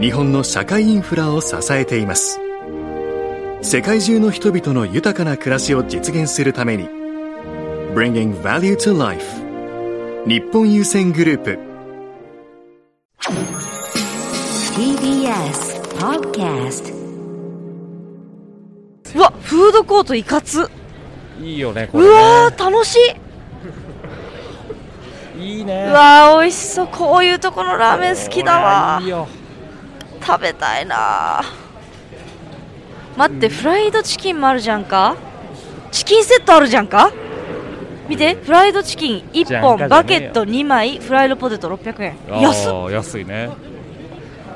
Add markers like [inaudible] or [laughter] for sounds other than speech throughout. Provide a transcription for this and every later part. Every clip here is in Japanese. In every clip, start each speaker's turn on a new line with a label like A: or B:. A: 日本の社会インフラを支えています世界中の人々の豊かな暮らしを実現するために Bringing Value to Life 日本郵船グループ
B: TBS Podcast
C: うわフードコートいかつ
D: いいよねこれ
C: う
D: ね
C: わー楽しい
D: いいうね
C: わー美味しそうこういうとこのラーメン好きだわ
D: これはいいよ
C: 食べたいな待ってフライドチキンもあるじゃんかチキンセットあるじゃんか見てフライドチキン1
D: じゃんかじゃねえ
C: 本
D: よ
C: バゲット2枚フライドポテト600円
D: あー
C: 安っ
D: 安いね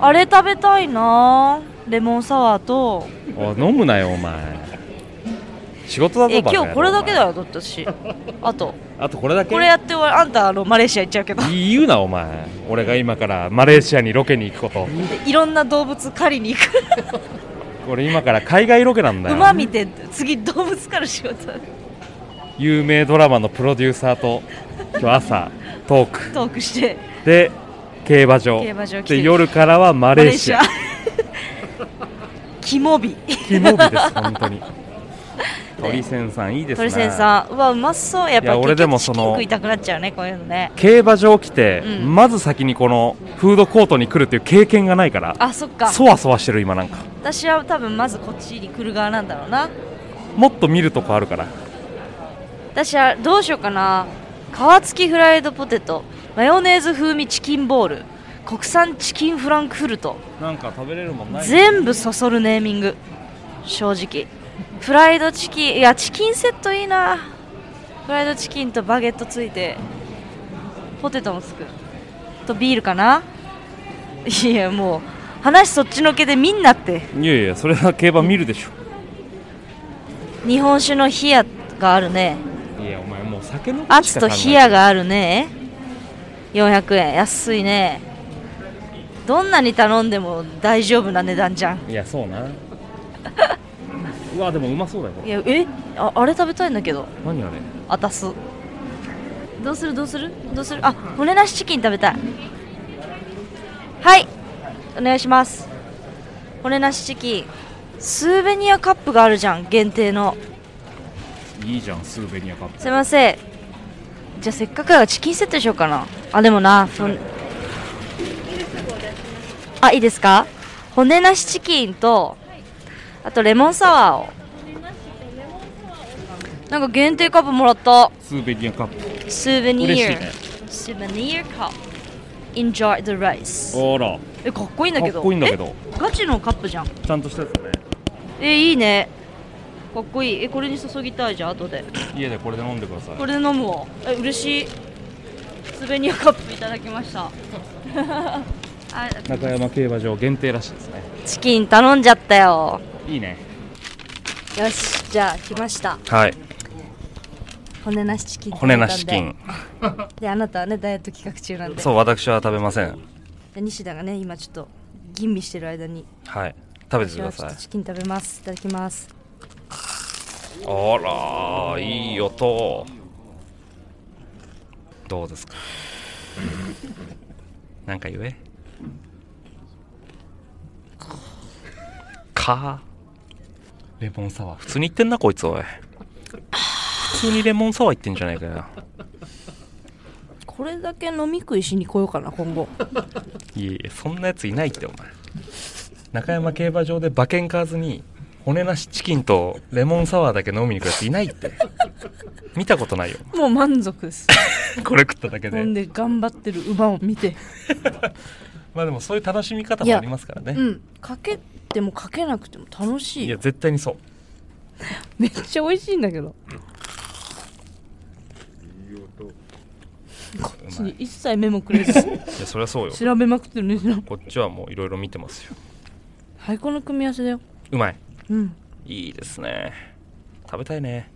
C: あれ食べたいなレモンサワーと
D: おい飲むなよお前仕事だぞ
C: え
D: バカ野
C: 今日
D: 郎
C: これだけだ
D: お
C: よだって私あと
D: 前あとこれだけ
C: これやって終わりあんたあのマレーシア行っちゃうけど
D: 言うなお前俺が今からマレーシアにロケに行くこと
C: いろんな動物狩りに行く
D: 俺今から海外ロケなんだよ
C: 馬見て次動物狩る仕事
D: 有名ドラマのプロデューサーと今日朝トーク
C: トークして
D: で競馬場
C: 競馬場来て
D: で夜からはマ
C: マ
D: レーシア [laughs]
C: 肝火
D: 肝火です本当に鳥仙さんいいです
C: 鳥
D: ね
C: 仙さんうわうまそうやっぱ
D: いや俺でも
C: 結局
D: その
C: チキン食いたくなっちゃうねこういうのね
D: 競馬場来て、
C: うん
D: まず先にこのフードコートに来るっていう経験がないから
C: あそっか
D: そわそわしてる今なんか
C: 私は多分まずこっちに来る側なんだろうな
D: もっと見るとこあるから
C: 私はどうしようかな皮付きフライドポテトマヨネーズ風味チキンボール国産チキンフランクフルト
D: なんか食べれるもん
C: 全部そそるネーミング正直フライドチキンいやチキンセットいいなフライドチキンとバゲットついてポテトもつくとビールかないやもう話そっちのけで見んなって
D: いやいやそれは競馬見るでしょ
C: 日本酒の冷やがあるね
D: いやお前もう酒の
C: アツと冷やがあるね400円安いねどんなに頼んでも大丈夫な値段じゃん
D: いやそうなうわでもうまそうだよこ
C: い
D: れ
C: やえああれ食べたいんだけど
D: [laughs] 何あれ
C: あたすどうするどうするどうするあ骨なしチキン食べたいはいお願いします骨なしチキンスーベニアカップがあるじゃん限定の
D: いいじゃんスーベニアカッ
C: すいませんじゃあせっかくだからチキンセットにしようかなあでもなそんあいいですか骨なしチキンとあとレモンサワーをなんか限定カップもらった
D: スーベニアカッ
C: スーベニ
D: 嬉しい
C: ー
D: ね
C: Souvenir cup. Enjoy the rice.
D: プおら
C: え、かっこいいんだけど。
D: かっこいいんだけど
C: え。ガチのカップじゃん。
D: ちゃんとしたやつだね
C: え、いいね。かっこいい。え、これに注ぎたいじゃん、後で。
D: 家でこれで飲んでください
C: これで飲むわ。え、嬉しい。スーベニアカップいただきました。 [laughs] あ
D: 中山競馬場限定らしいですね
C: チキン頼んじゃったよ。
D: いいね
C: よし、じゃあ来ました。
D: はい
C: 骨なしチキン。
D: 骨なしチキン。
C: で、あなたはね、ダイエット企画中なんで。
D: そう私は食べません
C: で、西田がね、今ちょっと吟味してる間に、
D: はい食べ
C: 私
D: てくだ
C: はちょ
D: さ
C: っ
D: い
C: とチキン食べます。いただきます。
D: あらいい音どうですか [laughs] なんか言えかレモンサワー普通に言ってんなこいつおい普通にレモンサワー言ってんじゃないかよ
C: これだけ飲み食いしに来ようかな今後
D: いえいえそんなやついないってお前中山競馬場で馬券買わずに骨なしチキンとレモンサワーだけ飲みに行くやついないって見たことないよ
C: [laughs] もう満足です
D: [laughs] これ食っただけ
C: 飲ん
D: で
C: で頑張ってる馬を見て
D: まあでもそういう楽しみ方もありますからね
C: うんかけてもかけなくても楽し
D: い
C: い
D: や
C: よ
D: 絶対にそう
C: めっちゃ美味しいんだけどこっち
D: うま
C: に
D: い
C: 一切目もくれず
D: いやそりゃそうよ
C: 調べまくってるんですよ
D: こっちはもういろいろ見てますよ
C: 最高の組み合わせだよ
D: うまい
C: うん
D: いいですね食べたいね